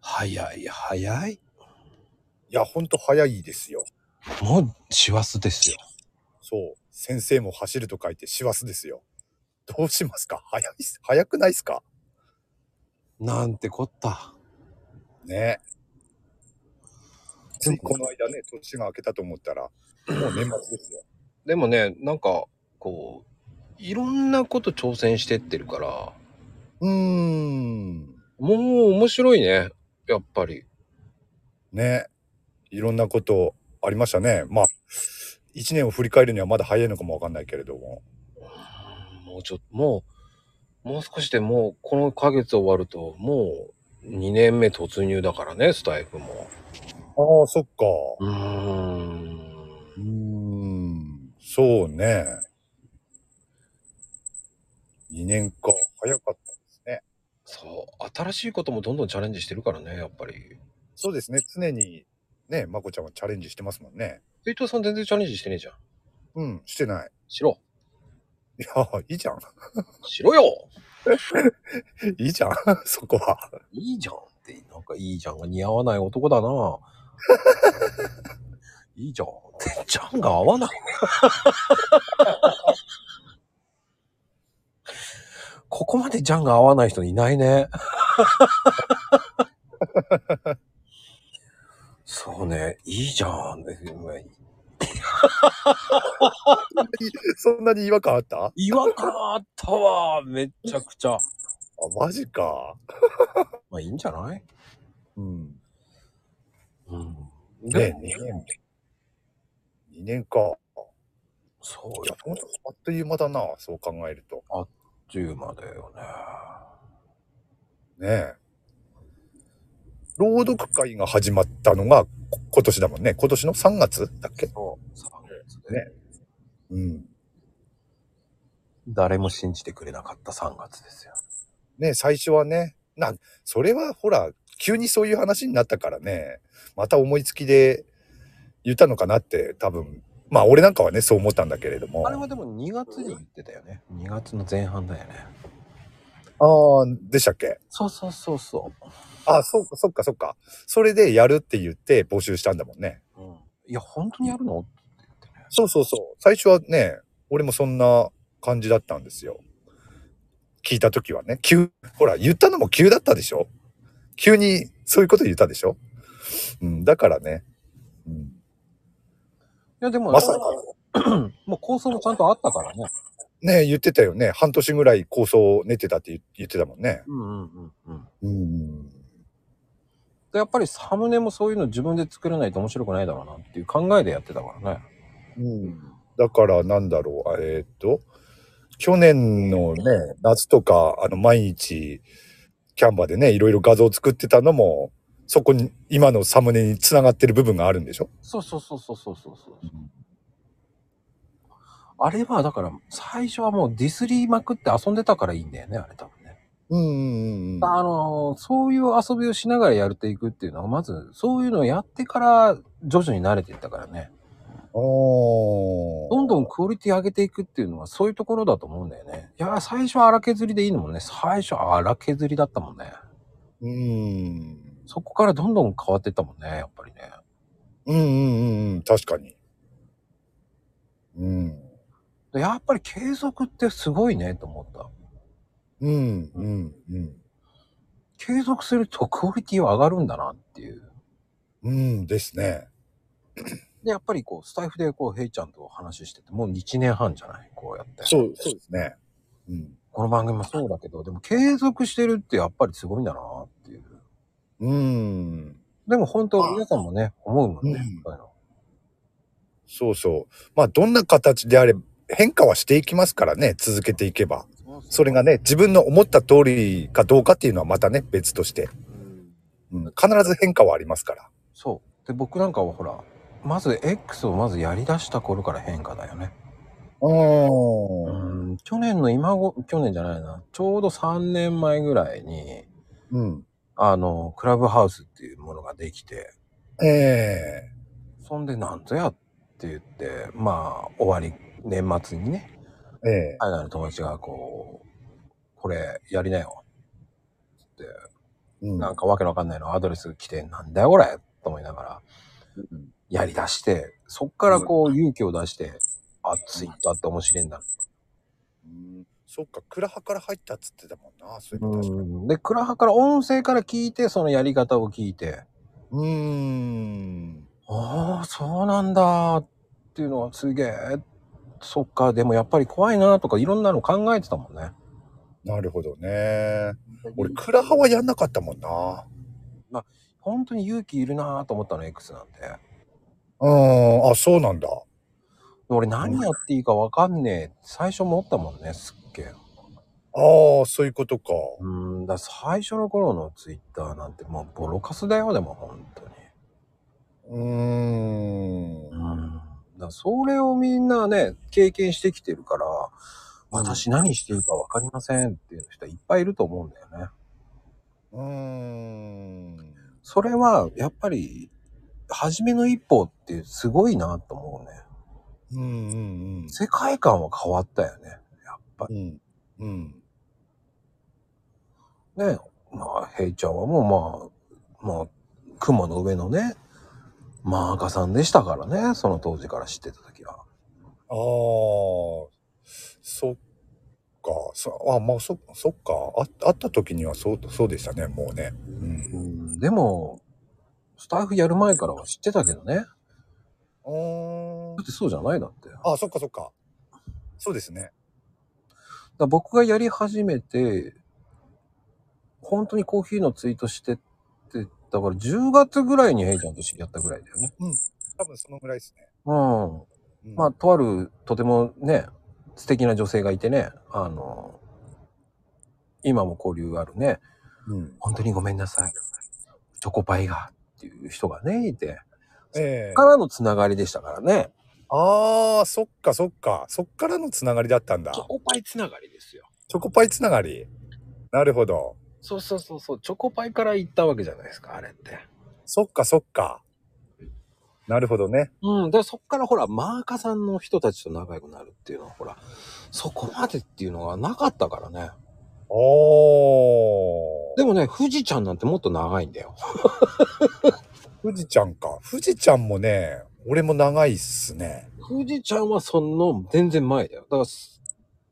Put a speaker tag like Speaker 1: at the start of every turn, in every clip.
Speaker 1: 早い、早い。
Speaker 2: いや、ほんと早いですよ。
Speaker 1: もう、師走ですよ。
Speaker 2: そう。先生も走ると書いて師走ですよ。どうしますか早いっす、早くないっすか
Speaker 1: なんてこった。
Speaker 2: ね
Speaker 1: で
Speaker 2: つ
Speaker 1: も
Speaker 2: いこの間ね、年が明けたと思ったら、もう年末ですよ。
Speaker 1: でもね、なんか、こう、いろんなこと挑戦してってるから、
Speaker 2: うーん。
Speaker 1: もう面白いね。やっぱり。
Speaker 2: ねいろんなことありましたね。まあ、一年を振り返るにはまだ早いのかもわかんないけれども。
Speaker 1: もうちょっと、もう、もう少しでもう、このヶ月終わると、もう、2年目突入だからね、スタイフも。
Speaker 2: ああ、そっか。
Speaker 1: うーん。
Speaker 2: うーん、そうね。2年か、早かった。
Speaker 1: そう。新しいこともどんどんチャレンジしてるからね、やっぱり。
Speaker 2: そうですね、常に、ね、まこちゃんはチャレンジしてますもんね。
Speaker 1: 伊藤さん全然チャレンジしてねえじゃん。
Speaker 2: うん、してない。
Speaker 1: しろ。
Speaker 2: いや、いいじゃん。
Speaker 1: しろよ
Speaker 2: いいじゃん、 そこは。
Speaker 1: いいじゃんって、なんかいいじゃんが似合わない男だな いいじゃんって、ちゃんが合わない。 ここまでジャンが合わない人いないね。 そうね、いいじゃん。
Speaker 2: そんなに違和感あったあ、
Speaker 1: 違和感あったわ。めっちゃくちゃ。
Speaker 2: マジか。
Speaker 1: まあいいんじゃない
Speaker 2: うん。
Speaker 1: うん。
Speaker 2: ね2年。2年か。
Speaker 1: そう
Speaker 2: いや
Speaker 1: よ、。
Speaker 2: ほんとあっという間だな、そう考えると。
Speaker 1: あっという間だよね。
Speaker 2: ねえ。朗読会が始まったのがこ今年だもんね。今年の3月だっけ
Speaker 1: そう、3月で。
Speaker 2: ねうん。
Speaker 1: 誰も信じてくれなかった3月ですよ。
Speaker 2: ね、最初はね、な、それはほら、急にそういう話になったからね、また思いつきで言ったのかなって多分、まあ俺なんかはね、そう思ったんだけれども。
Speaker 1: あれ
Speaker 2: あ
Speaker 1: はでも2月に言ってたよね。2月の前半だよね。
Speaker 2: あー、でしたっけ
Speaker 1: そうそうそうそ
Speaker 2: あ、そうか、そっか、そっか。それでやるって言って募集したんだもんね。
Speaker 1: う。うん。いや、本当にやるのって言ってね。
Speaker 2: そうそうそう。最初はね、俺もそんな感じだったんですよ。聞いた時はね、急、ほら、言ったのも急だったでしょ急にそういうこと言ったでしょうん、だからね、うん、
Speaker 1: いや、でも、
Speaker 2: まさか。
Speaker 1: もう構想もちゃんとあったからね。
Speaker 2: ね言ってたよね。半年ぐらい構想を寝てたって言言ってたもんね。
Speaker 1: うんうんうんうん。
Speaker 2: うん。
Speaker 1: でやっぱりサムネもそういうの自分で作らないと面白くないだろうなっていう考えでやってたからね。
Speaker 2: うん、だから、なんだろう、えーっと、去年のね、夏とか、あの、毎日、キャンバでね、いろいろ画像作ってたのも、そこに、今のサムネに繋がってる部分があるんでしょ
Speaker 1: そうそうそうそうそうそうそう。あれはだから最初はもうディスりまくって遊んでたからいいんだよね、あれ多分ね。
Speaker 2: うんうんうん。
Speaker 1: あのーそういう遊びをしながらやっていくっていうのは、まず、そういうのをやってから、徐々に慣れていったからね。
Speaker 2: お
Speaker 1: どんど
Speaker 2: ん。
Speaker 1: んクオリティ上げていくっていうのは、そういうところだと思うんだよね。いやー、最初は荒削りでいいのもんね。最初は荒削りだったもんね。
Speaker 2: うん。
Speaker 1: そこからどんどん変わっていったもんね、やっぱりね。
Speaker 2: うんうんうんうん。確かに。うん。
Speaker 1: でやっぱり継続ってすごいね、と思った。
Speaker 2: うんうんうん。
Speaker 1: 継続するとクオリティは上がるんだなっていう。
Speaker 2: うんですね。
Speaker 1: で、やっぱりこう、スタイフでこう、ヘイちゃんとお話ししてて、もう1年半じゃないこうやって。
Speaker 2: そう、そうですね。うん。
Speaker 1: この番組もそうだけど、でも継続してるってやっぱりすごいんだなっていう。
Speaker 2: うん。
Speaker 1: でも本当皆さんもね、思うもんね。
Speaker 2: うん
Speaker 1: そういうの
Speaker 2: そうそう。まあ、どんな形であれ、変化はしていきますからね、続けていけば。それがね、自分の思った通りかどうかっていうのはまたね、別として。
Speaker 1: うん
Speaker 2: うん、必ず変化はありますから。
Speaker 1: そう。で、僕なんかはほら、まず X をまずやり出した頃から変化だよね。う、
Speaker 2: うん
Speaker 1: 去年の今ご、去年じゃないな、ちょうど3年前ぐらいに、
Speaker 2: ん。
Speaker 1: あの、クラブハウスっていうものができて、
Speaker 2: ええ
Speaker 1: そんでなんぞやって言って、まあ、終わり、年末にね、
Speaker 2: ええ
Speaker 1: 海外の友達がこう、これやりなよ。って、
Speaker 2: うん。
Speaker 1: なんかわけのわかんないのアドレス来て、なんだよこれと思いながら、
Speaker 2: うん
Speaker 1: やり出して、そっからこう勇気を出して、あ、ツイッターって面白いんだ。
Speaker 2: うんそっか、クラハから入ったっつってたもんな、そういう
Speaker 1: う
Speaker 2: の確かに。
Speaker 1: ん。で、クラハから音声から聞いて、そのやり方を聞いて、
Speaker 2: うーん。
Speaker 1: ああ、そうなんだっていうのはすげえ。そっか、でもやっぱり怖いなとかいろんなの考えてたもんね。
Speaker 2: なるほどね。俺、クラハはやんなかったもんな。
Speaker 1: 本当に勇気いるなと思ったの、X なんて。
Speaker 2: うん、あ、そうなんだ。
Speaker 1: 俺何やっていいかわかんねえって最初思ったもんね、すっげえ。
Speaker 2: ああ、そういうことか。
Speaker 1: うん、だから最初の頃のツイッターなんてもうボロカスだよ、でも本当に。
Speaker 2: うーん。
Speaker 1: だからそれをみんなね、経験してきてるから、私何してるかわかりませんっていう人はいっぱいいると思うんだよね。
Speaker 2: うーん。
Speaker 1: それはやっぱり初めの一歩ってすごいなと思うね。
Speaker 2: うんうん
Speaker 1: 世界観は変わったよね。やっぱ
Speaker 2: うん。うん。うん。
Speaker 1: りね。まあ、ヘイちゃんはもうまあ、まあ、雲の上のね、マーカさんでしたからね。その当時から知ってた時は。
Speaker 2: ああ、そっか。そあ、まあ、そ、そっか。あ、あった時にはそう、そうでしたね、もうね。うん。
Speaker 1: うん、でも、スタイフやる前からは知ってたけどね。だ
Speaker 2: うーん
Speaker 1: っ。てそうじゃないだって。
Speaker 2: あ、そっかそっか。そうですね。
Speaker 1: だから僕がやり始めて、本当にコーヒーのツイートしてって、だから10月ぐらいにヘイちゃんと知り合ったぐらいだよね。
Speaker 2: 多分そのぐらいですね。
Speaker 1: うん。
Speaker 2: うん、
Speaker 1: まあ、とある、とてもね、素敵な女性がいてね、あの、今も交流あるね、
Speaker 2: うん。
Speaker 1: 本当にごめんなさい。チョコパイが、っていう人がね、いて、
Speaker 2: ええ
Speaker 1: からのつながりでしたからね。
Speaker 2: ああ、そっかそっか。そっからのつながりだったんだ。
Speaker 1: チョコパイつながりですよ。
Speaker 2: チョコパイつながり。なるほど。
Speaker 1: そうそうそうそう、チョコパイから行ったわけじゃないですか、あれって。
Speaker 2: そっかそっか。なるほどね。
Speaker 1: うん、でそっからほら、マーカさんの人たちと仲良くなるっていうのは、ほら、そこまでっていうのがなかったからね。
Speaker 2: おー。
Speaker 1: でもね、富士ちゃんなんてもっと長いんだよ。
Speaker 2: 富士ちゃんか。富士ちゃんもね、俺も長いっすね。
Speaker 1: 富士ちゃんはその全然前だよ。だからす、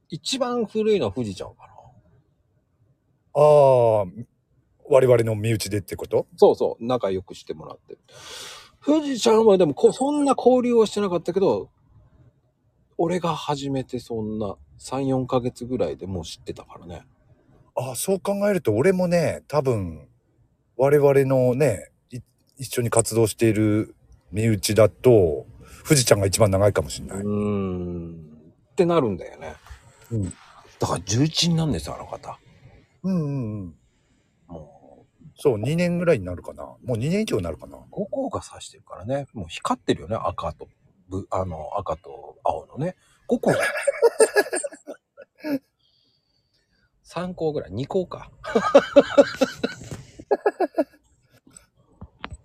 Speaker 1: 一番古いのは富士ちゃんかな。
Speaker 2: ああ、我々の身内でってこと
Speaker 1: そうそう、仲良くしてもらってる。富士ちゃんはでもこう、そんな交流はしてなかったけど、俺が始めてそんな3、4ヶ月ぐらいでもう知ってたからね。
Speaker 2: ああ、そう考えると俺もね、多分、我々のね、い一緒に活動している身内だと、富士ちゃんが一番長いかもしれ
Speaker 1: う
Speaker 2: ない。
Speaker 1: ーん。ってなるんだよね。
Speaker 2: うん
Speaker 1: だから11になんですよ、あの方。
Speaker 2: うんうんうん。
Speaker 1: もう、
Speaker 2: そう、2年ぐらいになるかな。もう2年以上になるかな。
Speaker 1: 五光が差してるからね。もう光ってるよね、赤と、ぶあの、赤と青のね。五 光が。3光ぐらい、2光か。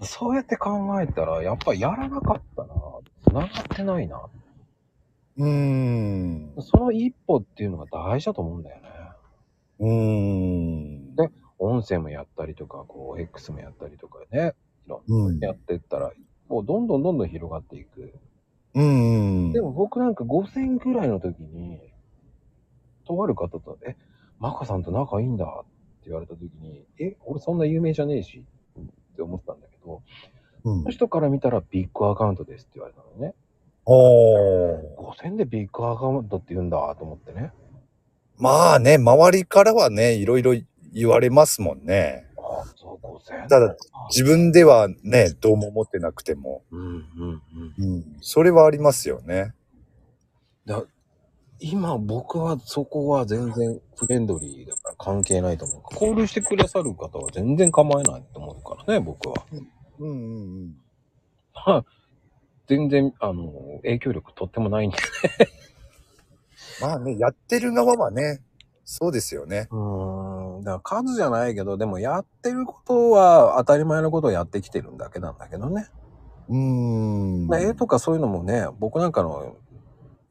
Speaker 1: そうやって考えたら、やっぱやらなかったな。繋がってないな。
Speaker 2: うーん。
Speaker 1: その一歩っていうのが大事だと思うんだよね。
Speaker 2: うーん。
Speaker 1: で音声もやったりとか、こう、X もやったりとかね。いろん
Speaker 2: うん。
Speaker 1: なやってったら、もうどんどんどんどん広がっていく。
Speaker 2: うん。
Speaker 1: でも僕なんか5000ぐらいの時に、とある方と、え、マカさんと仲いいんだって言われた時に、え、俺そんな有名じゃねえし、って思ってたんだけど、
Speaker 2: うん
Speaker 1: その、人から見たらビッグアカウントですって言われたのね。
Speaker 2: おー。
Speaker 1: 5000でビッグアカウントって言うんだと思ってね。
Speaker 2: まあね、周りからはね、いろいろ言われますもんね。
Speaker 1: あそう、5000。
Speaker 2: ただ、自分ではね、どうも思ってなくても。
Speaker 1: うんうんうん。
Speaker 2: うん。それはありますよね。
Speaker 1: 今僕はそこは全然フレンドリーだから関係ないと思う。交流してくださる方は全然構えないと思うからね、僕は。
Speaker 2: うんうんうん。
Speaker 1: はい。全然、あの、影響力とってもないんで。
Speaker 2: まあね、やってる側はね、そうですよね。
Speaker 1: うーん。だから数じゃないけど、でもやってることは当たり前のことをやってきてるんだけなんだけどね。
Speaker 2: うーん。
Speaker 1: まあ絵とかそういうのもね、僕なんかの、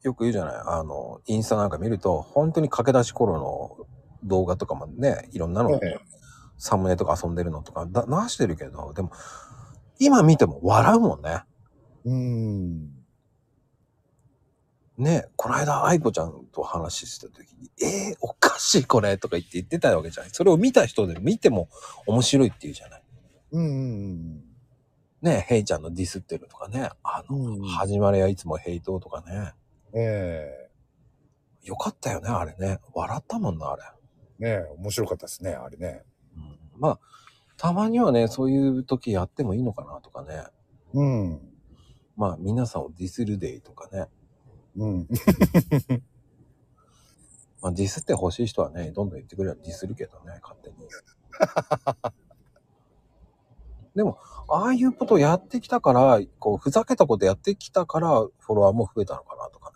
Speaker 1: よく言うじゃない、あの、インスタなんか見ると、本当に駆け出し頃の動画とかもね、いろんなの、
Speaker 2: ええ
Speaker 1: サムネとか遊んでるのとか、だ流してるけど、でも、今見ても笑うもんね。
Speaker 2: うん。
Speaker 1: ね、この間、愛子ちゃんと話してた時に、えー、おかしいこれとか言って言ってたわけじゃない。それを見た人で見ても面白いって言うじゃない。
Speaker 2: うんうん
Speaker 1: ね、ヘイちゃんのディスってるとかね、あ
Speaker 2: う
Speaker 1: の、
Speaker 2: ん。うん。
Speaker 1: 始まりはいつもヘイトとかね。
Speaker 2: え
Speaker 1: よかったよね、あれね。笑ったもんな、あれ。
Speaker 2: えねえ、面白かったですね、あれね。
Speaker 1: うん、まあ、たまにはね、そういう時やってもいいのかなとかね。
Speaker 2: うん。
Speaker 1: まあ、皆さんをディスるデイとかね。
Speaker 2: うん。
Speaker 1: まあ、ディスって欲しい人はね、どんどん言ってくれればディスるけどね、勝手に。 でも、ああいうことやってきたから、こう、ふざけたことやってきたから、フォロワーも増えたのかなとか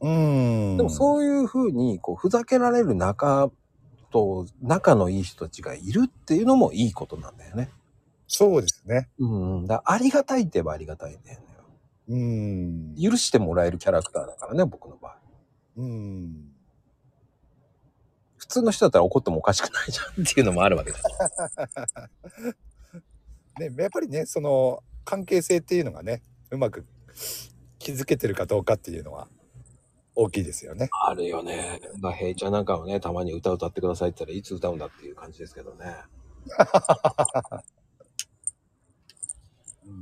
Speaker 1: ね。
Speaker 2: うん。
Speaker 1: でも、そういうふうに、こう、ふざけられる仲と、仲のいい人たちがいるっていうのもいいことなんだよね。
Speaker 2: そうですね。
Speaker 1: うんうん。だありがたいって言えばありがたいんだよね。
Speaker 2: うん。
Speaker 1: 許してもらえるキャラクターだからね、僕の場合。
Speaker 2: うん。
Speaker 1: 普通の人だったら怒ってもおかしくないじゃんっていうのもあるわけだ。
Speaker 2: ね、やっぱりね、その関係性っていうのがね、うまく築けてるかどうかっていうのは大きいですよね。
Speaker 1: あるよね。まあ、平ちゃんなんかもね、たまに歌歌ってくださいって言ったらいつ歌うんだっていう感じですけど ね。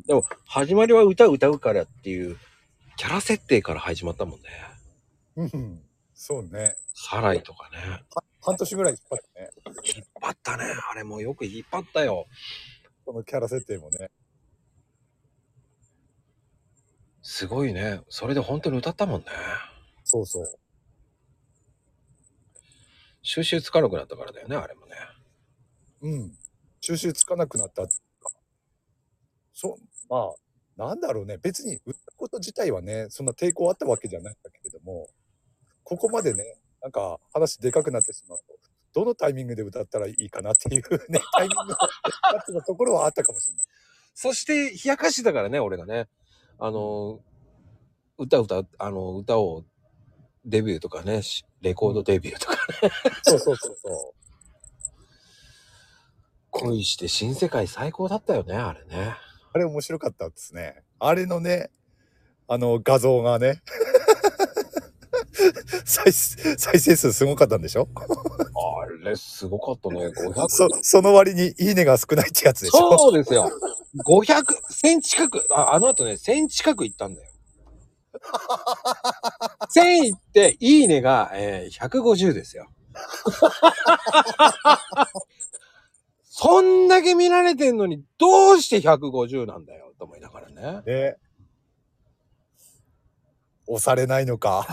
Speaker 1: でも、始まりは歌歌うからっていう、キャラ設定から始まったもんね。
Speaker 2: うん。そうね。
Speaker 1: サライとかね。
Speaker 2: 半年ぐらい引っ張ってね、
Speaker 1: 引っ張ったね。あれもよく引っ張ったよ。
Speaker 2: このキャラ設定もね。
Speaker 1: すごいね。それで本当に歌ったもんね。
Speaker 2: そうそう。
Speaker 1: 収集つかなくなったからだよね、あれもね。
Speaker 2: うん。収集つかなくなったっていうか。そう、まあ、なんだろうね。別に売ったこと自体はね、そんな抵抗あったわけじゃないんだけれども、ここまでね、なんか話でかくなってしまうと、どのタイミングで歌ったらいいかなっていうね、タイミングだってたところはあったかもしれない。
Speaker 1: そして、冷やかしてたからね、俺がね。あの、歌歌、あの、歌をデビューとかね、しレコードデビューとか、
Speaker 2: そうそうそうそ
Speaker 1: 恋して新世界最高だったよね、あれね。
Speaker 2: う。あれ面白かったですね。あれのね、あの画像がね、 再生再生数すごかったんでしょ
Speaker 1: あれ、すごかった ね。500。
Speaker 2: そその割にいいねが少ないってやつでしょ
Speaker 1: そうですよ。500、1000近く、ああの後ね、1000近く行ったん だよ。1000行って、いいねが、えー、150ですよ。そんだけ見られてんのに、どうして150なんだよ、と思いながらね。
Speaker 2: ね。押されないのか。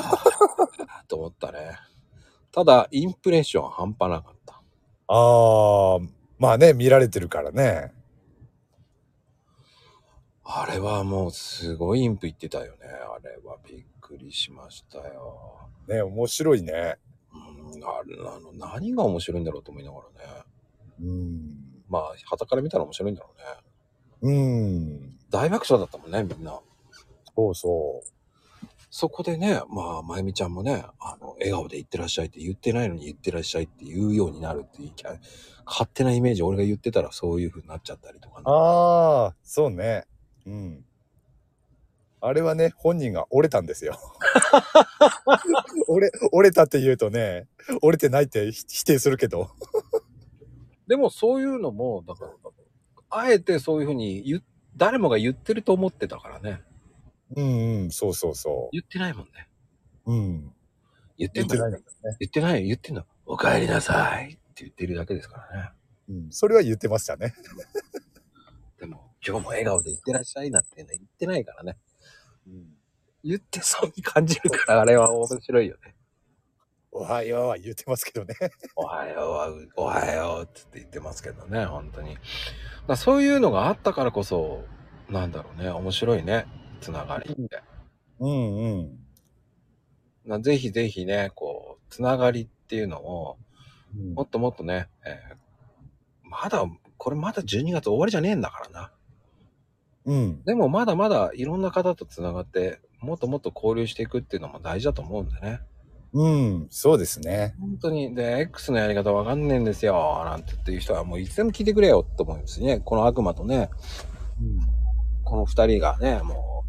Speaker 1: と思ったね。ただ、インプレッション半端なかった。
Speaker 2: ああ、まあね、見られてるからね。
Speaker 1: あれはもうすごいインプいってたよね。あれはびっくりしましたよ。
Speaker 2: ね、面白いね。
Speaker 1: うん、あれあの何が面白いんだろうと思いながらね。
Speaker 2: うん。
Speaker 1: まあ、傍から見たら面白いんだろうね。
Speaker 2: うん。
Speaker 1: 大爆笑だったもんね、みんな。
Speaker 2: そうそ
Speaker 1: そこでね、まあ、まゆみちゃんもね、あの、笑顔で言ってらっしゃいって言ってないのに言ってらっしゃいって言うようになるっていう、キャ勝手なイメージ、俺が言ってたらそういう風になっちゃったりとかね
Speaker 2: う。。ああ、そうね。うん。あれはね、本人が折れたんですよ。折れ、折れたって言うとね、折れてないって否否定するけど。
Speaker 1: でもそういうのも、だから、あえてそういう風に言っ誰もが言ってると思ってたからね。
Speaker 2: うんうん、そうそうそ
Speaker 1: 言ってないもんね。
Speaker 2: う。うん。
Speaker 1: 言って
Speaker 2: 言って
Speaker 1: な
Speaker 2: ないいんだからね。
Speaker 1: 言ってないよ。言ってんの。お帰りなさいって言ってるだけですからね。
Speaker 2: うん。それは言ってましたね。
Speaker 1: でも、今日も笑顔で言ってらっしゃいなんていうの言ってないからね。言ってそうに感じるから、あれは面白いよね。
Speaker 2: おはようは言ってますけどね。
Speaker 1: おはようは、おはようって言ってますけどね、本当に。だからそういうのがあったからこそ、なんだろうね、面白いね、つながりって。
Speaker 2: うんうん。
Speaker 1: なぜひぜひね、こう、つながりっていうのを、もっともっとね、えーまだ、これまだ12月終わりじゃねえんだからな。
Speaker 2: うん。
Speaker 1: でもまだまだいろんな方とつながって、もっともっと交流していくっていうのも大事だと思うんでね。
Speaker 2: うん、そうですね。
Speaker 1: 本当に、で、X のやり方わかんねえんですよ、なんて言っていう人はもういつでも聞いてくれよって思いますね。この悪魔とね、この二人がね、も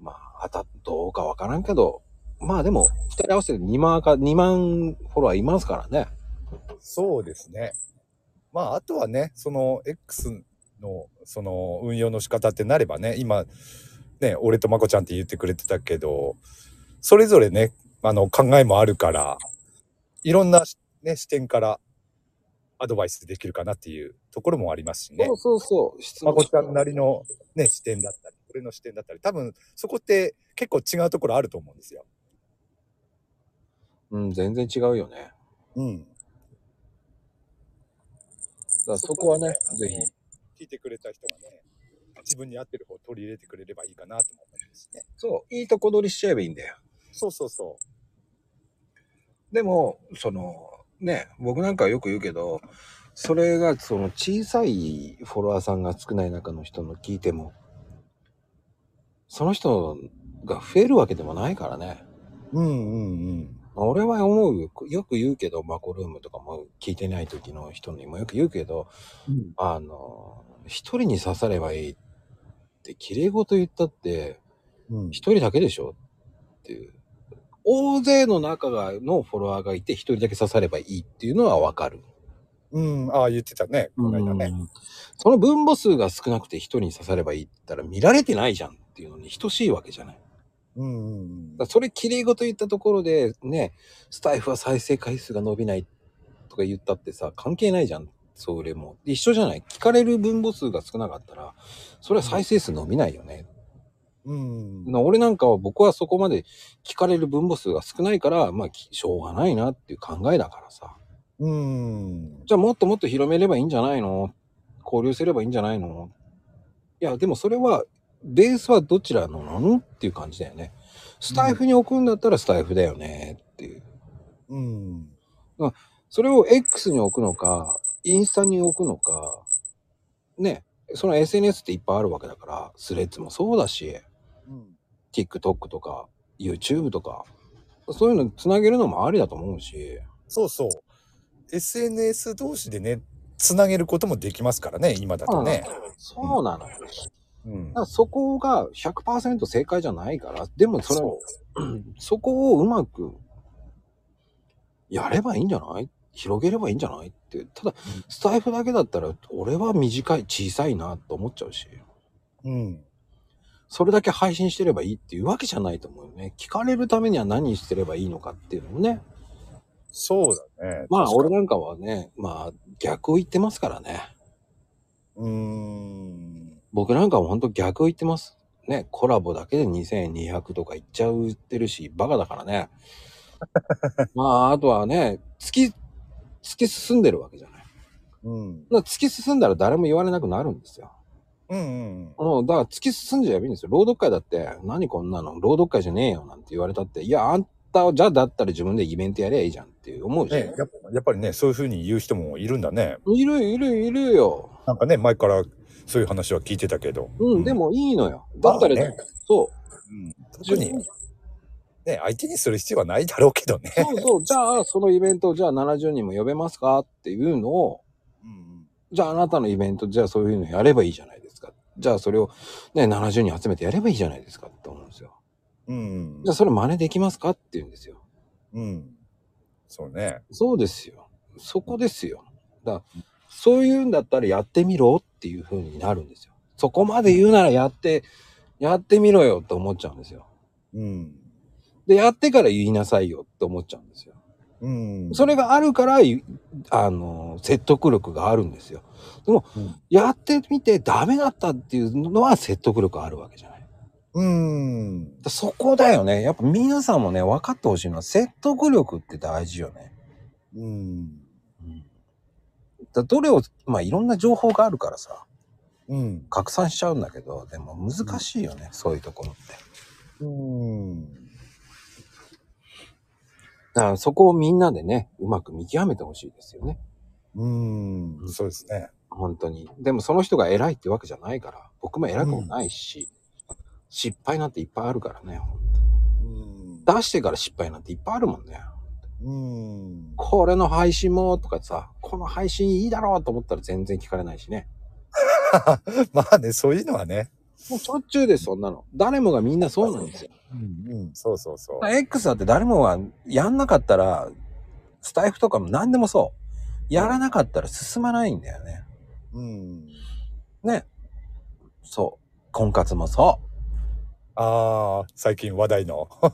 Speaker 1: う、まあ、当たどうかわからんけど、まあでも、二人合わせて2万か、2万フォロワーいますからね。
Speaker 2: そうですね。まあ、あとはね、その X のその運用の仕方ってなればね、今、ね、俺とまこちゃんって言ってくれてたけど、それぞれね、あの考えもあるから、いろんな、ね、視点からアドバイスできるかなっていうところもありますしね
Speaker 1: そ。うそうそう、質
Speaker 2: まこちゃんなりの、ね、視点だったり、俺の視点だったり、多分そこって結構違うところあると思うんですよ。
Speaker 1: うん、全然違うよね。
Speaker 2: うん。
Speaker 1: だからそこはね、ぜひ。
Speaker 2: ひ。聞いてくれた人がね、自分に合ってる方を取り入れてくれればいいかなとも思いますね。
Speaker 1: そう、いいとこ取りしちゃえばいいんだよ。
Speaker 2: そうそうそ
Speaker 1: でも、その、ね、僕なんかはよく言うけど、それが、その小さいフォロワーさんが少ない中の人の聞いても、その人が増えるわけでもないからね。
Speaker 2: う。うんうんうん。
Speaker 1: まあ俺は思うよ。よく言うけど、マコルームとかも聞いてない時の人にもよく言うけど、あの、一人に刺さればいいって、綺麗事言ったって、
Speaker 2: うん、
Speaker 1: 一人だけでしょっていう。大勢の中が、のフォロワーがいて、一人だけ刺さればいいっていうのはわかる。
Speaker 2: うん、ああ言ってたねこの間ね、
Speaker 1: その分母数が少なくて一人に刺さればいいって言ったら見られてないじゃんっていうのに等しいわけじゃない。だか
Speaker 2: うんうん
Speaker 1: らそれきれいごと言ったところでね、スタイフは再生回数が伸びないとか言ったってさ、関係ないじゃん。それも。一緒じゃない。聞かれる分母数が少なかったら、それは再生数伸びないよね。
Speaker 2: うんうん
Speaker 1: な俺なんかは僕はそこまで聞かれる分母数が少ないから、まあ、きしょうがないなっていう考えだからさ。
Speaker 2: うん
Speaker 1: じゃあもっともっと広めればいいんじゃないの交流すればいいんじゃないのいや、でもそれは、ベースはどちらのなのっていう感じだよね。スタイフに置くんだったらスタイフだよねっていう。
Speaker 2: うん
Speaker 1: それを X に置くのか、インスタに置くのか、ね、その SNS っていっぱいあるわけだから、スレッズもそうだし、
Speaker 2: うん、
Speaker 1: TikTok とか、YouTube とか、そういうのつなげるのもありだと思うし、
Speaker 2: そうそう SNS 同士でねつなげることもできますからね今だとね、
Speaker 1: そうなのよ。
Speaker 2: うん
Speaker 1: だからそこが100%正解じゃないから、でもそれを、そこをうまくやればいいんじゃない広げればいいんじゃないっていう。ただ、スタイフだけだったら、俺は短い、小さいなと思っちゃうし、
Speaker 2: うん
Speaker 1: それだけ配信してればいいっていうわけじゃないと思うよね。聞かれるためには何してればいいのかっていうのもね。
Speaker 2: そうだね
Speaker 1: まあ、
Speaker 2: 確か
Speaker 1: 俺なんかはね、まあ、逆を言ってますからね。
Speaker 2: うん
Speaker 1: 僕なんかはほんと逆を言ってます。ね、コラボだけで2200とかいっちゃうってるし、バカだから ね。まあ、あとはね、突き、突き進んでるわけじゃない。だか
Speaker 2: うん
Speaker 1: ら突き進んだら誰も言われなくなるんですよ。
Speaker 2: うんうん
Speaker 1: もう、だから突き進んじゃえばいいんですよ。朗読会だって、何こんなの、朗読会じゃねえよなんて言われたって、いや、あんた、じゃあだったら自分でイベントやりゃいいじゃんって思うし。
Speaker 2: ね、やっぱやっぱりねそういうふうに言う人もいるんだね
Speaker 1: いるいるいるよ。
Speaker 2: なんかね前からそういう話は聞いてたけど
Speaker 1: うん、で、もいいのよ。だったら、
Speaker 2: まあね
Speaker 1: そう。
Speaker 2: うん、特にね相手にする必要はないだろうけどね
Speaker 1: そうそう、じゃあ、そのイベント、じゃあ70人も呼べますかっていうのを、
Speaker 2: うん
Speaker 1: じゃああなたのイベント、じゃあそういうのやればいいじゃないですか。じゃあそれをね、70人集めてやればいいじゃないですかって思うんですよ。
Speaker 2: うん
Speaker 1: じゃあそれ真似できますかって言うんですよ。
Speaker 2: うん。そうね。
Speaker 1: そうですよ。そこですよ。だからそういうんだったらやってみろっていう風になるんですよ。そこまで言うならやって、やってみろよって思っちゃうんですよ。
Speaker 2: うん。
Speaker 1: で、やってから言いなさいよって思っちゃうんですよ。
Speaker 2: うん。
Speaker 1: それがあるから、いあの、説得力があるんですよ。
Speaker 2: うん
Speaker 1: やってみてダメだったっていうのは説得力あるわけじゃない。だか
Speaker 2: うん。
Speaker 1: らそこだよね。やっぱ皆さんもね、分かってほしいのは説得力って大事よね。
Speaker 2: うん。
Speaker 1: だからどれを、まあいろんな情報があるからさ、
Speaker 2: うん。
Speaker 1: 拡散しちゃうんだけど、でも難しいよね、そういうところって。
Speaker 2: うん。
Speaker 1: だからそこをみんなでね、うまく見極めてほしいですよね。
Speaker 2: うん。そうですね。
Speaker 1: 本当に。でもその人が偉いってわけじゃないから、僕も偉くもないし、失敗なんていっぱいあるからね。
Speaker 2: うん。
Speaker 1: 出してから失敗なんていっぱいあるもんね。
Speaker 2: うん。
Speaker 1: これの配信もとかさ、この配信いいだろうと思ったら全然聞かれないしね。
Speaker 2: まあね、そういうのはね。
Speaker 1: もうしょっちゅうです、そんなの。誰もがみんなそうなんですよ。
Speaker 2: うん、うん、そうそうそう。
Speaker 1: X だって誰もがやんなかったら、スタイフとかも何でもそう。やらなかったら進まないんだよね。
Speaker 2: うん。
Speaker 1: ね。そう。婚活もそ
Speaker 2: ああ、最近話題の。
Speaker 1: う。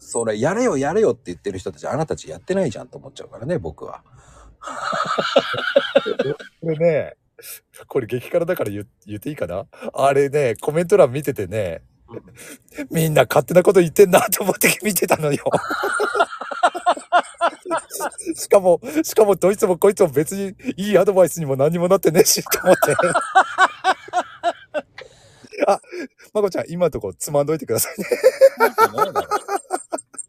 Speaker 1: それ、やれよやれよって言ってる人たち、あなたたちやってないじゃんと思っちゃうからね、僕 は。
Speaker 2: これね、これ激辛だから言言っていいかなあれね、コメント欄見ててね、みんな勝手なこと言ってんなと思って見てたのよ。 しかも、しかもどいつもこいつも別にいいアドバイスにも何にもなってねえし、と思 って。あ、まこちゃん、今のとこつまんどいてくださいね。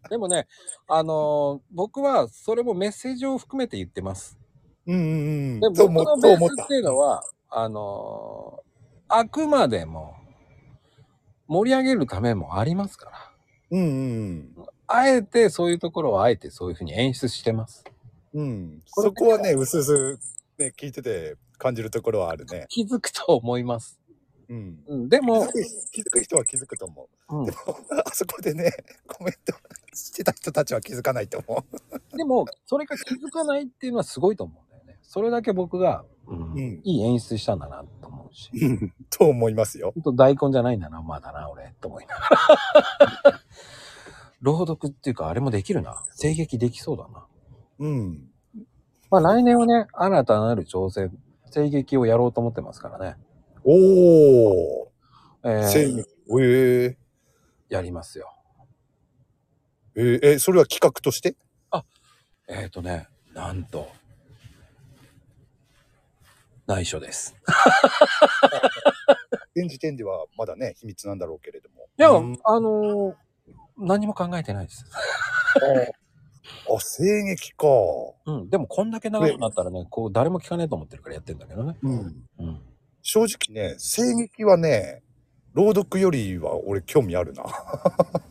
Speaker 1: でもね、あのー僕はそれもメッセージを含めて言ってます。
Speaker 2: うん
Speaker 1: で
Speaker 2: うんうん。そう思
Speaker 1: 僕の
Speaker 2: そう
Speaker 1: メ
Speaker 2: 思
Speaker 1: ッセー
Speaker 2: っ
Speaker 1: ジ
Speaker 2: た
Speaker 1: って。いうのは、あのーあくまでも盛り上げるためもありますから。
Speaker 2: うんうん
Speaker 1: あえてそういうところをあえてそういうふうに演出してます。
Speaker 2: うん。うん。
Speaker 1: これ
Speaker 2: そこはね、うすうす、ね、聞いてて感じるところはあるね。
Speaker 1: 気づくと思います。
Speaker 2: うん。
Speaker 1: うん、でも、
Speaker 2: 気づく人は気づくと思
Speaker 1: うん
Speaker 2: う。 あそこでね、コメントしてた人たちは気づかないと思
Speaker 1: でも、それが気づかないっていうのはすごいと思うんだよね。それだけ僕が、うん
Speaker 2: うん
Speaker 1: いい演出したんだなと思うし。
Speaker 2: う。と思いますよ。
Speaker 1: ほんと大根じゃないんだな、まだな、俺、と思いながら。 朗読っていうか、あれもできるな。声劇できそうだな。
Speaker 2: うん。
Speaker 1: まあ来年はね、新たなる挑戦、声劇をやろうと思ってますからね。
Speaker 2: おー。
Speaker 1: え
Speaker 2: え
Speaker 1: ー
Speaker 2: おえ
Speaker 1: やりますよ。
Speaker 2: ー、えーえーそれは企画として
Speaker 1: えっ、ー、とね、なんと、内緒です。
Speaker 2: 現時点ではまだね、秘密なんだろうけれども。
Speaker 1: いや、
Speaker 2: うん
Speaker 1: あのー何も考えてないです。
Speaker 2: あ、声劇か。
Speaker 1: うん、でもこんだけ長くなったらね、こう誰も聞かねえと思ってるからやってんだけどね。
Speaker 2: うん。
Speaker 1: うん。
Speaker 2: 正直ね、声劇はね、朗読よりは俺興味あるな。
Speaker 1: あ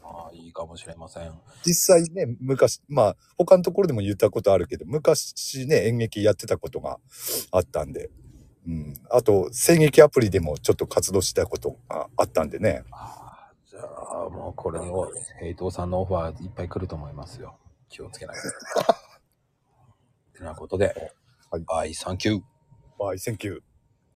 Speaker 1: あ、いいかもしれません。
Speaker 2: 実際ね、昔、まあ、他のところでも言ったことあるけど、昔ね、演劇やってたことがあったんで、うん。あと、声劇アプリでもちょっと活動したことがあったんでね。
Speaker 1: ああ、じゃあもうこれを、ヘイトさんのオファーいっぱい来ると思いますよ。気をつけない と。てなことで、
Speaker 2: はい
Speaker 1: はい、サンキュー。
Speaker 2: はい、センキュー。